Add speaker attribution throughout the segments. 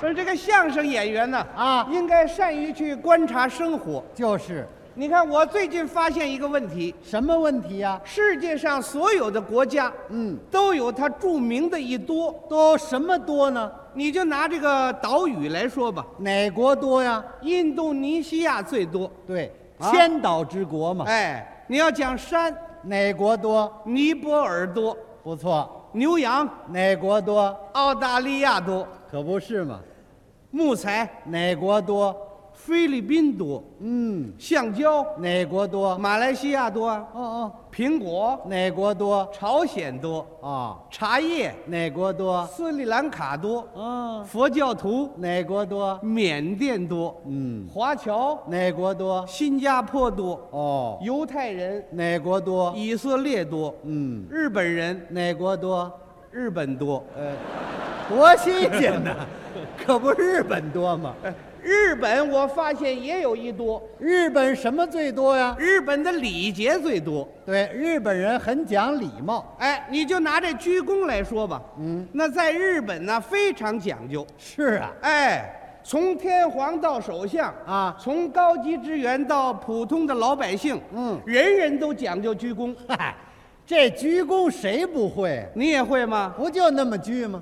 Speaker 1: 不是这个相声演员呢，
Speaker 2: 啊
Speaker 1: 应该善于去观察生活。
Speaker 2: 就是
Speaker 1: 你看，我最近发现一个问题：
Speaker 2: 什么问题呀、
Speaker 1: 世界上所有的国家，
Speaker 2: 嗯，
Speaker 1: 都有它著名的一多。
Speaker 2: 都什么多呢？
Speaker 1: 你就拿这个岛屿来说吧，
Speaker 2: 哪国多呀？
Speaker 1: 印度尼西亚最多。
Speaker 2: 对，
Speaker 1: 啊
Speaker 2: 千岛之国嘛。
Speaker 1: 哎，你要讲山，
Speaker 2: 哪国多？
Speaker 1: 尼泊尔多，
Speaker 2: 不错。
Speaker 1: 牛羊，
Speaker 2: 哪国多？
Speaker 1: 澳大利亚多，
Speaker 2: 可不是嘛。
Speaker 1: 木材，
Speaker 2: 哪国多？
Speaker 1: 菲律宾多，
Speaker 2: 嗯，
Speaker 1: 橡胶，
Speaker 2: 哪国多？
Speaker 1: 马来西亚多啊，
Speaker 2: 哦哦，
Speaker 1: 苹果，
Speaker 2: 哪国多？
Speaker 1: 朝鲜多，
Speaker 2: 哦，
Speaker 1: 茶叶，
Speaker 2: 哪国多？
Speaker 1: 斯里啊兰卡多，
Speaker 2: 嗯，
Speaker 1: 佛教徒，
Speaker 2: 哪国多？
Speaker 1: 缅甸多，
Speaker 2: 嗯，
Speaker 1: 华侨，
Speaker 2: 哪国多？
Speaker 1: 新加坡多，
Speaker 2: 哦，
Speaker 1: 犹太人，
Speaker 2: 哪国多？
Speaker 1: 以色列多，
Speaker 2: 嗯，
Speaker 1: 日本人，
Speaker 2: 哪国多？
Speaker 1: 日本多，
Speaker 2: 呃，多新鲜呐！ 可不日本多吗？
Speaker 1: 哎日本我发现也有一多，
Speaker 2: 日本什么最多呀？
Speaker 1: 日本的礼节最多。
Speaker 2: 对，日本人很讲礼貌。
Speaker 1: 哎，你就拿这鞠躬来说吧，
Speaker 2: 嗯，
Speaker 1: 那在日本呢非常讲究，
Speaker 2: 是啊，
Speaker 1: 哎，从天皇到首相
Speaker 2: 啊
Speaker 1: 从高级职员到普通的老百姓，
Speaker 2: 嗯
Speaker 1: 人人都讲究鞠躬。
Speaker 2: 嗨，这鞠躬谁不会？
Speaker 1: 你也会吗？
Speaker 2: 不就那么鞠吗？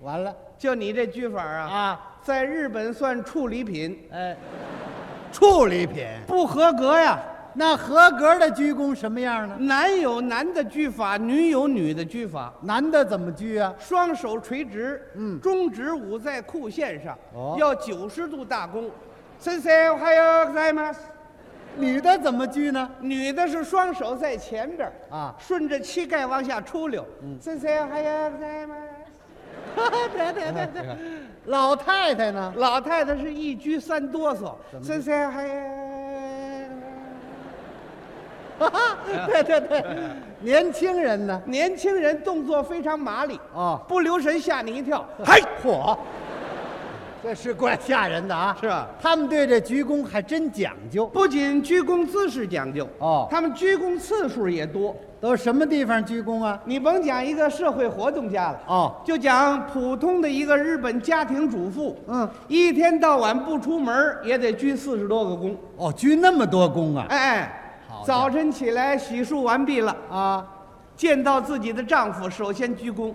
Speaker 2: 完了
Speaker 1: 就你这鞠法啊，
Speaker 2: 啊，
Speaker 1: 在日本算处理品，
Speaker 2: 呃，处理品。
Speaker 1: 不合格呀。
Speaker 2: 那合格的鞠躬什么样呢？
Speaker 1: 男有男的鞠法，女有女的鞠法。
Speaker 2: 男的怎么鞠啊？
Speaker 1: 双手垂直，
Speaker 2: 嗯
Speaker 1: 中指捂在裤线上，
Speaker 2: 哦
Speaker 1: 要九十度大躬。先生，还有在吗？
Speaker 2: 女的怎么鞠呢？
Speaker 1: 女的是双手在前边儿
Speaker 2: 啊嗯
Speaker 1: 顺着膝盖往下出溜。先生，还有在吗？得得得得，
Speaker 2: 老太太呢？
Speaker 1: 老太太是一鞠三哆嗦。先生，还有。
Speaker 2: 对对对，年轻人呢？
Speaker 1: 年轻人动作非常麻利，
Speaker 2: 哦，
Speaker 1: 不留神吓你一跳。
Speaker 2: 嘿，嚯，这是怪吓人的啊！
Speaker 1: 是吧
Speaker 2: 他们对这鞠躬还真讲究，
Speaker 1: 不仅鞠躬姿势讲究，
Speaker 2: 哦
Speaker 1: 他们鞠躬次数也多。
Speaker 2: 都什么地方鞠躬啊？
Speaker 1: 你甭讲一个社会活动家了，
Speaker 2: 哦，
Speaker 1: 就讲普通的一个日本家庭主妇，
Speaker 2: 嗯，
Speaker 1: 一天到晚不出门儿也得鞠四十多个躬。
Speaker 2: 哦，鞠那么多躬啊？
Speaker 1: 哎
Speaker 2: 好，的
Speaker 1: 早晨起来洗漱完毕了，
Speaker 2: 啊，
Speaker 1: 见到自己的丈夫，首先鞠躬，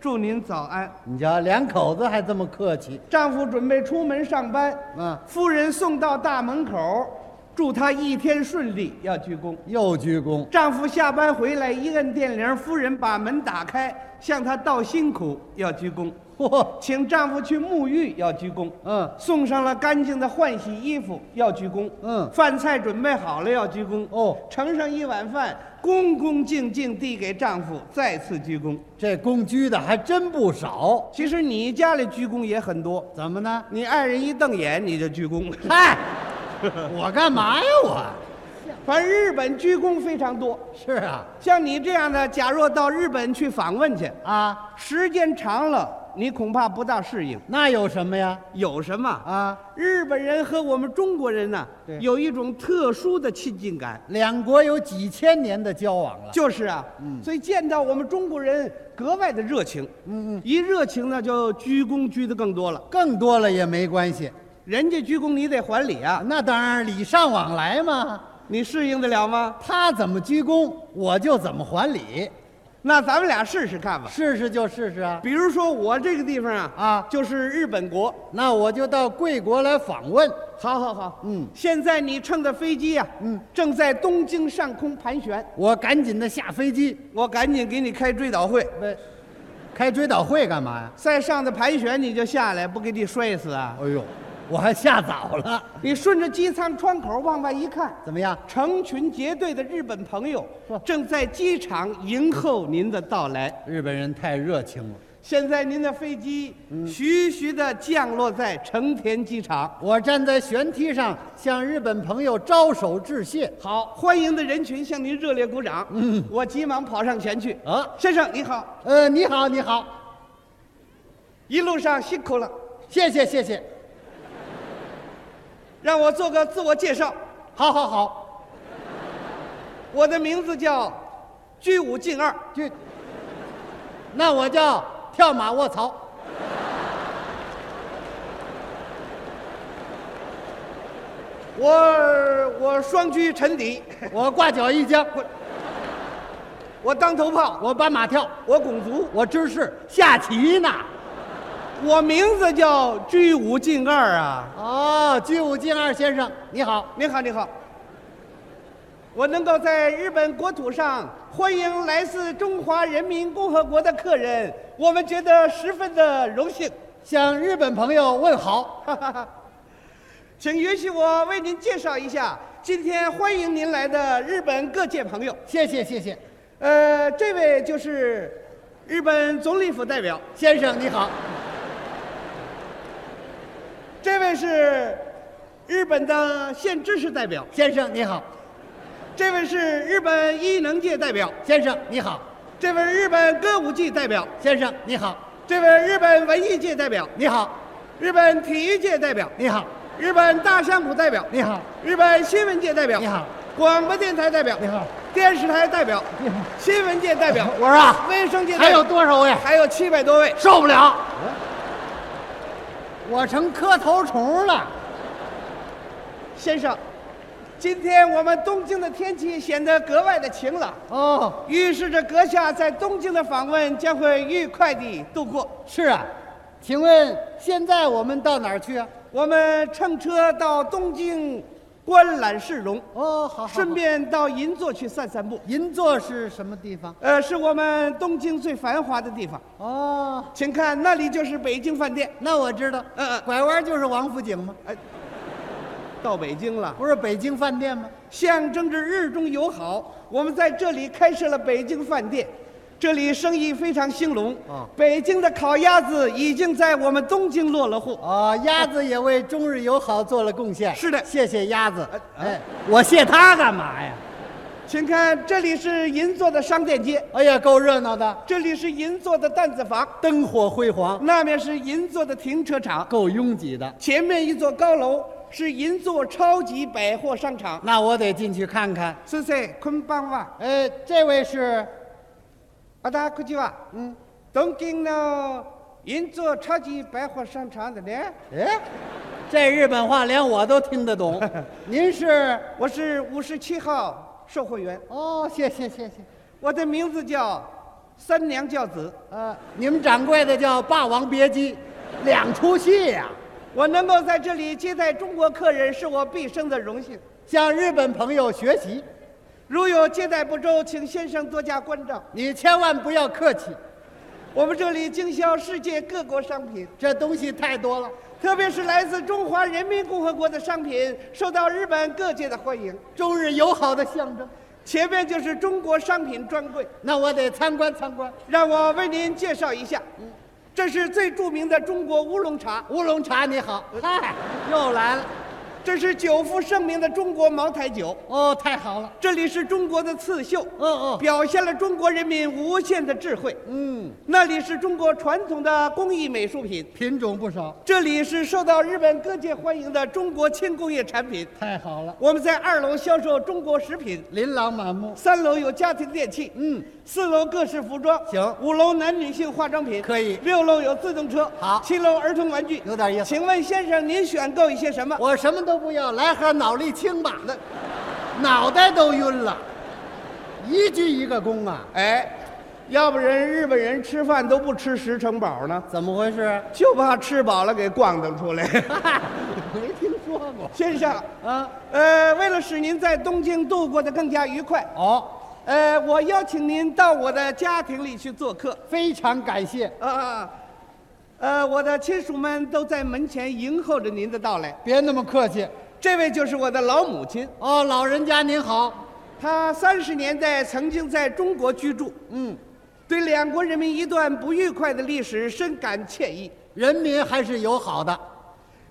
Speaker 1: 祝您早安。
Speaker 2: 你瞧，两口子还这么客气，
Speaker 1: 丈夫准备出门上班，
Speaker 2: 嗯
Speaker 1: 夫人送到大门口，祝他一天顺利，要鞠躬。
Speaker 2: 又鞠躬，
Speaker 1: 丈夫下班回来，一摁电铃，夫人把门打开，向他道辛苦，要鞠躬。
Speaker 2: 嚯，
Speaker 1: 请丈夫去沐浴要鞠躬，
Speaker 2: 嗯，
Speaker 1: 送上了干净的换洗衣服要鞠躬，
Speaker 2: 嗯
Speaker 1: 饭菜准备好了要鞠躬，
Speaker 2: 哦
Speaker 1: 盛上一碗饭，恭恭敬敬递给丈夫，再次鞠躬。
Speaker 2: 这躬鞠的还真不少，
Speaker 1: 其实你家里鞠躬也很多，
Speaker 2: 怎么呢？
Speaker 1: 你爱人一瞪眼你就鞠躬，
Speaker 2: 嗨，我干嘛呀我？
Speaker 1: 反正日本鞠躬非常多。
Speaker 2: 是啊，
Speaker 1: 像你这样的，假若到日本去访问去，
Speaker 2: 啊，
Speaker 1: 时间长了，你恐怕不大适应。
Speaker 2: 那有什么呀？
Speaker 1: 有什么啊？
Speaker 2: 啊，
Speaker 1: 日本人和我们中国人呢、
Speaker 2: 对
Speaker 1: 有一种特殊的亲近感。
Speaker 2: 两国有几千年的交往了，
Speaker 1: 就是啊，所以见到我们中国人格外的热情，嗯嗯，一热情呢就鞠躬鞠的更多了，
Speaker 2: 更多了也没关系。
Speaker 1: 人家鞠躬你得还礼啊，
Speaker 2: 那当然，礼尚往来嘛。
Speaker 1: 你适应得了吗？
Speaker 2: 他怎么鞠躬，我就怎么还礼，
Speaker 1: 那咱们俩试试看吧。
Speaker 2: 试试就试试啊。
Speaker 1: 比如说我这个地方啊，
Speaker 2: 啊
Speaker 1: 就是日本国，
Speaker 2: 那我就到贵国来访问。
Speaker 1: 好好好，
Speaker 2: 嗯，
Speaker 1: 现在你乘的飞机啊，
Speaker 2: 嗯，
Speaker 1: 正在东京上空盘旋，
Speaker 2: 我赶紧的下飞机，
Speaker 1: 我赶紧给你开追悼会，
Speaker 2: 喂，开追悼会干嘛呀？
Speaker 1: 再上的盘旋你就下来，不给你摔死啊？
Speaker 2: 哎呦，我还下早了。
Speaker 1: 你顺着机舱窗口往外一看，
Speaker 2: 怎么样？
Speaker 1: 成群结队的日本朋友
Speaker 2: 呵
Speaker 1: 正在机场迎候您的到来。
Speaker 2: 日本人太热情了。
Speaker 1: 现在您的飞机徐徐地降落在成田机场，
Speaker 2: 我站在舷梯上向日本朋友招手致谢。
Speaker 1: 好，欢迎的人群向您热烈鼓掌。嗯，我急忙跑上前去。
Speaker 2: 啊，
Speaker 1: 先生你好，
Speaker 2: 呃，你好，你好，
Speaker 1: 一路上辛苦了，
Speaker 2: 谢谢，谢谢，
Speaker 1: 让我做个自我介绍，
Speaker 2: 好好好，
Speaker 1: 我的名字叫居武进二，
Speaker 2: 就，那我叫跳马卧槽。
Speaker 1: 我我双狙沉底，
Speaker 2: 我挂脚一僵，
Speaker 1: 我当头炮，
Speaker 2: 我搬马跳，
Speaker 1: 我拱足，
Speaker 2: 我知是下棋呢。
Speaker 1: 我名字叫居五进二啊。
Speaker 2: 哦，居五进二先生，你好，
Speaker 1: 您好，您好。我能够在日本国土上欢迎来自中华人民共和国的客人，我们觉得十分的荣幸。
Speaker 2: 向日本朋友问好。
Speaker 1: 请允许我为您介绍一下今天欢迎您来的日本各界朋友。
Speaker 2: 谢谢谢谢，
Speaker 1: 呃，这位就是日本总理府代表，
Speaker 2: 先生你好，
Speaker 1: 这位是日本的县知事代表，
Speaker 2: 先生你好，
Speaker 1: 这位是日本艺能界代表，
Speaker 2: 先生你好，
Speaker 1: 这位日本歌舞伎代表，
Speaker 2: 先生你好，
Speaker 1: 这位日本文艺界代表，
Speaker 2: 你好，
Speaker 1: 日本体育界代表，
Speaker 2: 你好，
Speaker 1: 日本大相扑代表，
Speaker 2: 你好，
Speaker 1: 日本新闻界代表，
Speaker 2: 你好，
Speaker 1: 广播电台代表，
Speaker 2: 你好，
Speaker 1: 电视台代表，
Speaker 2: 你好，
Speaker 1: 新闻界代表，
Speaker 2: 我说啊，
Speaker 1: 卫生界
Speaker 2: 还
Speaker 1: 代
Speaker 2: 有
Speaker 1: 表，
Speaker 2: 多少位？
Speaker 1: 还有七百多位。
Speaker 2: 受不了，我成磕头虫了。
Speaker 1: 先生，今天我们东京的天气显得格外的晴朗，
Speaker 2: 哦，
Speaker 1: 预示着阁下在东京的访问将会愉快地度过。
Speaker 2: 是啊，请问现在我们到哪儿去啊？
Speaker 1: 我们乘车到东京观览市容，
Speaker 2: 哦，好，好
Speaker 1: 顺
Speaker 2: 好
Speaker 1: 便到银座去散散步。
Speaker 2: 银座是什么地方？
Speaker 1: 呃，是我们东京最繁华的地方，
Speaker 2: 哦，
Speaker 1: 请看那里就是北京饭店。
Speaker 2: 那我知道，
Speaker 1: 嗯嗯
Speaker 2: 拐弯就是王府井吗？
Speaker 1: 到北京了，
Speaker 2: 不是北京饭店吗？
Speaker 1: 象征着日中友好，我们在这里开设了北京饭店，这里生意非常兴隆。
Speaker 2: 哦
Speaker 1: 北京的烤鸭子已经在我们东京落了户。
Speaker 2: 哦，鸭子也为中日友好做了贡献。
Speaker 1: 是的
Speaker 2: 谢谢鸭子。哎
Speaker 1: 哎，
Speaker 2: 我谢他干嘛呀？
Speaker 1: 请看，这里是银座的商店街，
Speaker 2: 哎呀，够热闹的，
Speaker 1: 这里是银座的担子房，
Speaker 2: 灯火辉煌，
Speaker 1: 那边是银座的停车场，
Speaker 2: 够拥挤的。
Speaker 1: 前面一座高楼是银座超级百货商场。
Speaker 2: 那我得进去看看。
Speaker 1: 先生，昆邦哇，
Speaker 2: 哎，这位是
Speaker 1: 阿达库吉哇，嗯，东京的银座超级百货商场的呢？
Speaker 2: 哎，这日本话连我都听 得懂。您是？
Speaker 1: 我是五十七号售货员，
Speaker 2: 哦，谢谢谢谢。
Speaker 1: 我的名字叫三娘教子。
Speaker 2: 呃，你们掌柜的叫《霸王别姬》，两出戏呀、
Speaker 1: 我能够在这里接待中国客人，是我毕生的荣幸。
Speaker 2: 向日本朋友学习，
Speaker 1: 如有接待不周，请先生多加关照。
Speaker 2: 你千万不要客气，
Speaker 1: 我们这里经销世界各国商品，
Speaker 2: 这东西太多了。
Speaker 1: 特别是来自中华人民共和国的商品，受到日本各界的欢迎。
Speaker 2: 中日友好的象征，
Speaker 1: 前面就是中国商品专柜，
Speaker 2: 那我得参观参观。
Speaker 1: 让我为您介绍一下，这是最著名的中国乌龙茶，
Speaker 2: 乌龙茶你好，嗨，又来了，
Speaker 1: 这是久负盛名的中国茅台酒，
Speaker 2: 哦，太好了，
Speaker 1: 这里是中国的刺绣，
Speaker 2: 哦哦，
Speaker 1: 表现了中国人民无限的智慧。
Speaker 2: 嗯，
Speaker 1: 那里是中国传统的工艺美术品，
Speaker 2: 品种不少，
Speaker 1: 这里是受到日本各界欢迎的中国轻工业产品。
Speaker 2: 太好了，
Speaker 1: 我们在二楼销售中国食品，
Speaker 2: 琳琅满目，
Speaker 1: 三楼有家庭电器，
Speaker 2: 嗯，
Speaker 1: 四楼各式服装，
Speaker 2: 行
Speaker 1: 五楼男女性化妆品，
Speaker 2: 可以
Speaker 1: 六楼有自动车，
Speaker 2: 好
Speaker 1: 七楼儿童玩具，
Speaker 2: 有点意思。
Speaker 1: 请问先生，您选购一些什么？
Speaker 2: 我什么都不要，来盒脑力清吧，那脑袋都晕了，一句一个功啊，
Speaker 1: 哎，要不然日本人吃饭都不吃十成饱呢，
Speaker 2: 怎么回事？
Speaker 1: 就怕吃饱了给逛荡出 来。
Speaker 2: 嗨，没听说过
Speaker 1: 先生，
Speaker 2: 啊。
Speaker 1: 呃，为了使您在东京度过得更加愉快，
Speaker 2: 哦，
Speaker 1: 呃，我邀请您到我的家庭里去做客。
Speaker 2: 非常感谢，
Speaker 1: 啊，呃，我的亲属们都在门前迎候着您的到来。
Speaker 2: 别那么客气。
Speaker 1: 这位就是我的老母亲，
Speaker 2: 哦，老人家您好，
Speaker 1: 她三十年代曾经在中国居住，
Speaker 2: 嗯，
Speaker 1: 对两国人民一段不愉快的历史深感歉意。
Speaker 2: 人民还是友好的。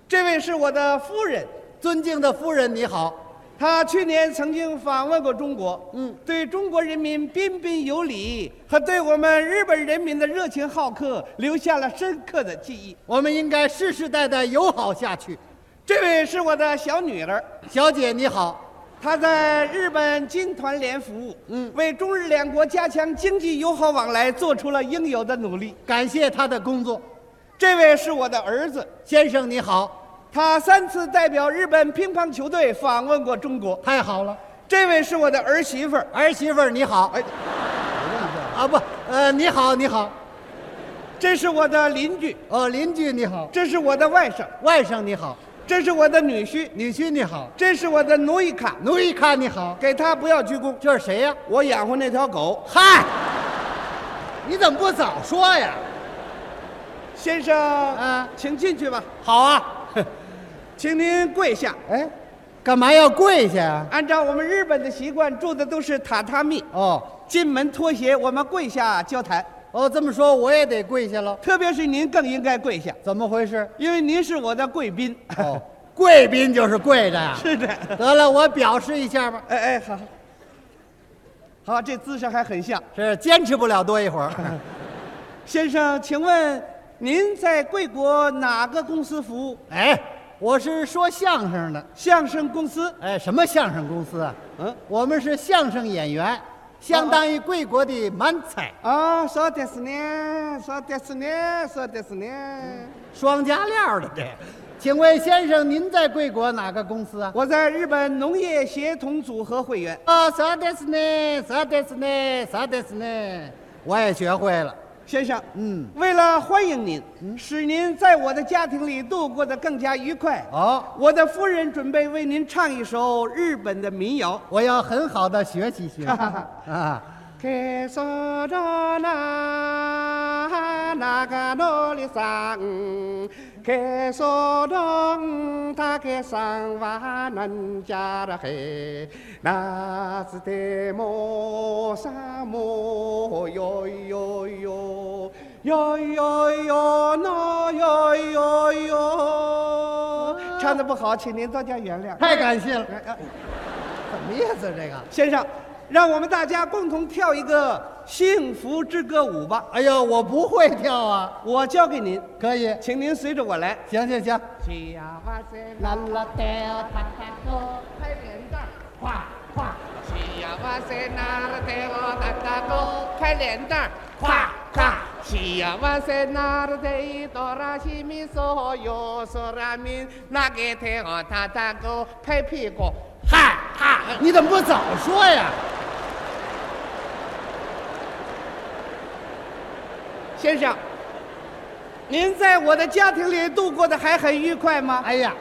Speaker 1: 这位是我的夫人，
Speaker 2: 尊敬的夫人你好，
Speaker 1: 她去年曾经访问过中国，
Speaker 2: 嗯，
Speaker 1: 对中国人民彬彬有礼和对我们日本人民的热情好客留下了深刻的记忆。
Speaker 2: 我们应该世世代代友好下去。
Speaker 1: 这位是我的小女儿，
Speaker 2: 小姐你好，
Speaker 1: 他在日本金团联服务，嗯，为中日两国加强经济友好往来做出了应有的努力。
Speaker 2: 感谢她的工作。
Speaker 1: 这位是我的儿子，
Speaker 2: 先生你好，
Speaker 1: 他三次代表日本乒乓球队访问过中国。
Speaker 2: 太好了，
Speaker 1: 这位是我的儿媳妇儿，
Speaker 2: 儿媳妇儿你好。
Speaker 1: 哎，
Speaker 2: 啊不，呃，你好，你好，
Speaker 1: 这是我的邻居，
Speaker 2: 哦，邻居你好，
Speaker 1: 这是我的外甥，
Speaker 2: 外甥你好，
Speaker 1: 这是我的女婿，
Speaker 2: 女婿你好，
Speaker 1: 这是我的奴役卡。
Speaker 2: 奴役看你好，
Speaker 1: 给他不要鞠躬。
Speaker 2: 这是谁呀、
Speaker 1: 我养活那条狗，
Speaker 2: 嗨，你怎么不早说呀？
Speaker 1: 先生，
Speaker 2: 啊
Speaker 1: 请进去吧，
Speaker 2: 好啊，
Speaker 1: 请您跪下。
Speaker 2: 哎，干嘛要跪下啊呀、
Speaker 1: 按照我们日本的习惯，住的都是榻榻米，
Speaker 2: 哦，
Speaker 1: 进门脱鞋，我们跪下交谈。
Speaker 2: 哦，这么说我也得跪下了，
Speaker 1: 特别是您更应该跪下，
Speaker 2: 怎么 回事？
Speaker 1: 因为您是我的贵宾。
Speaker 2: 哦，贵宾就是跪着呀、
Speaker 1: 是的，
Speaker 2: 得了，我表示一下吧。
Speaker 1: 哎哎，好，好，这姿势还很像。
Speaker 2: 是坚持不了多一会 儿。
Speaker 1: 先生，请问您在贵国哪个公司服务？
Speaker 2: 哎，我是说相声的。
Speaker 1: 相声公司。
Speaker 2: 哎，什么相声公司啊？
Speaker 1: 嗯，哦
Speaker 2: 我们是相声演员，相当于贵国的满彩，
Speaker 1: 啊，そうですね、そうですね、そうですね。
Speaker 2: 双加料的这。请问先生，您在贵国哪个公司啊？
Speaker 1: 我在日本农业协同组合会员。
Speaker 2: 啊，啥的是呢？啥的是呢？啥的是呢？我也学会了。
Speaker 1: 先生，
Speaker 2: 嗯，
Speaker 1: 为了欢迎您，使您在我的家庭里度过得更加愉快，
Speaker 2: 哦，
Speaker 1: 我的夫人准备为您唱一首日本的民谣。
Speaker 2: 我要很好的学 习学习啊。
Speaker 1: けそろな長野里さんけそろんたけさんはなんちゃらへ夏でもさもよいよいよよいよいよのよいよいよ唱的不好，请您多加原谅。
Speaker 2: 太感谢了。什么意思？这个？
Speaker 1: 先生，让我们大家共同跳一个《幸福之歌舞》吧。
Speaker 2: 哎呀，我不会跳啊。
Speaker 1: 我教给您，
Speaker 2: 可以，
Speaker 1: 请您随着我来。
Speaker 2: 行行行。
Speaker 3: 啦啦哒哒哒哆，
Speaker 1: 拍脸蛋，
Speaker 3: 哗哗
Speaker 1: 拍脸蛋，
Speaker 3: 哗哗，
Speaker 1: 西呀哇塞那的得哆啦西咪嗦哟嗦啦咪，那个太阳他大哥拍屁股。
Speaker 2: 嗨嗨，你怎么不早说呀？
Speaker 1: 先生，您在我的家庭里度过的还很愉快吗？
Speaker 2: 哎呀，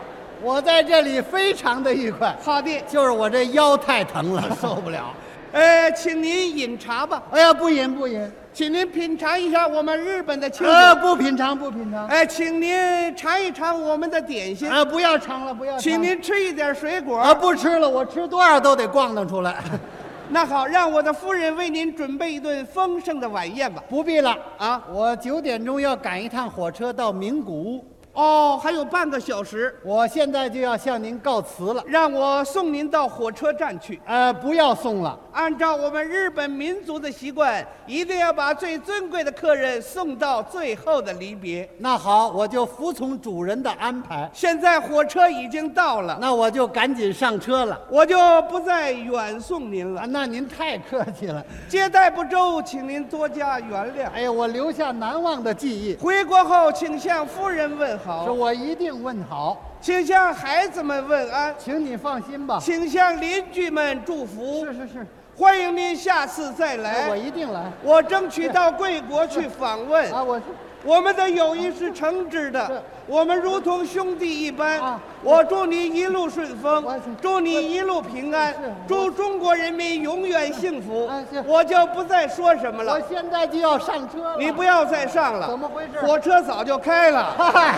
Speaker 2: 我在这里非常的愉快，
Speaker 1: 好的，
Speaker 2: 就是我这腰太疼了， 受不了。
Speaker 1: 呃，请您饮茶吧，
Speaker 2: 哎呀，不饮不饮，
Speaker 1: 请您品尝一下我们日本的清酒。
Speaker 2: 呃，不品尝不品尝，
Speaker 1: 哎，请您尝一尝我们的点心，
Speaker 2: 啊，不要尝了不要尝了。
Speaker 1: 请您吃一点水果。
Speaker 2: 啊，不吃了，我吃多少都得逛荡出来，
Speaker 1: 那好，让我的夫人为您准备一顿丰盛的晚宴吧。
Speaker 2: 不必了
Speaker 1: 啊。
Speaker 2: 我九点钟要赶一趟火车到名古屋，
Speaker 1: 哦，还有半个小时，
Speaker 2: 我现在就要向您告辞了。
Speaker 1: 让我送您到火车站去。
Speaker 2: 呃，不要送了，
Speaker 1: 按照我们日本民族的习惯，一定要把最尊贵的客人送到最后的离别。
Speaker 2: 那好，我就服从主人的安排，
Speaker 1: 现在火车已经到了，
Speaker 2: 那我就赶紧上车了。
Speaker 1: 我就不再远送您
Speaker 2: 啊，
Speaker 1: 了。
Speaker 2: 那您太客气了。
Speaker 1: 接待不周，请您多加原谅。
Speaker 2: 哎呀，我留下难忘的记忆，
Speaker 1: 回国后，请向夫人问好
Speaker 2: 是。我一定问好，
Speaker 1: 请向孩子们问安，
Speaker 2: 请你放心吧。
Speaker 1: 请向邻居们祝福
Speaker 2: 是。是是，
Speaker 1: 欢迎您下次再
Speaker 2: 那哎我
Speaker 1: 来，
Speaker 2: 一定来。
Speaker 1: 我争取到贵国去访问。
Speaker 2: 啊，我是
Speaker 1: 我们的友谊是诚挚的
Speaker 2: 是，
Speaker 1: 我们如同兄弟一般
Speaker 2: 啊。
Speaker 1: 我祝你一路顺
Speaker 2: 我
Speaker 1: 风
Speaker 2: 是，
Speaker 1: 祝你一路平安
Speaker 2: 是，我
Speaker 1: 祝中国人民永远幸福
Speaker 2: 啊是。
Speaker 1: 我就不再说什么
Speaker 2: 我
Speaker 1: 了，
Speaker 2: 现在就要上车了。
Speaker 1: 你不要再上了。
Speaker 2: 怎么回事
Speaker 1: 火车早就开了。
Speaker 2: 嗨，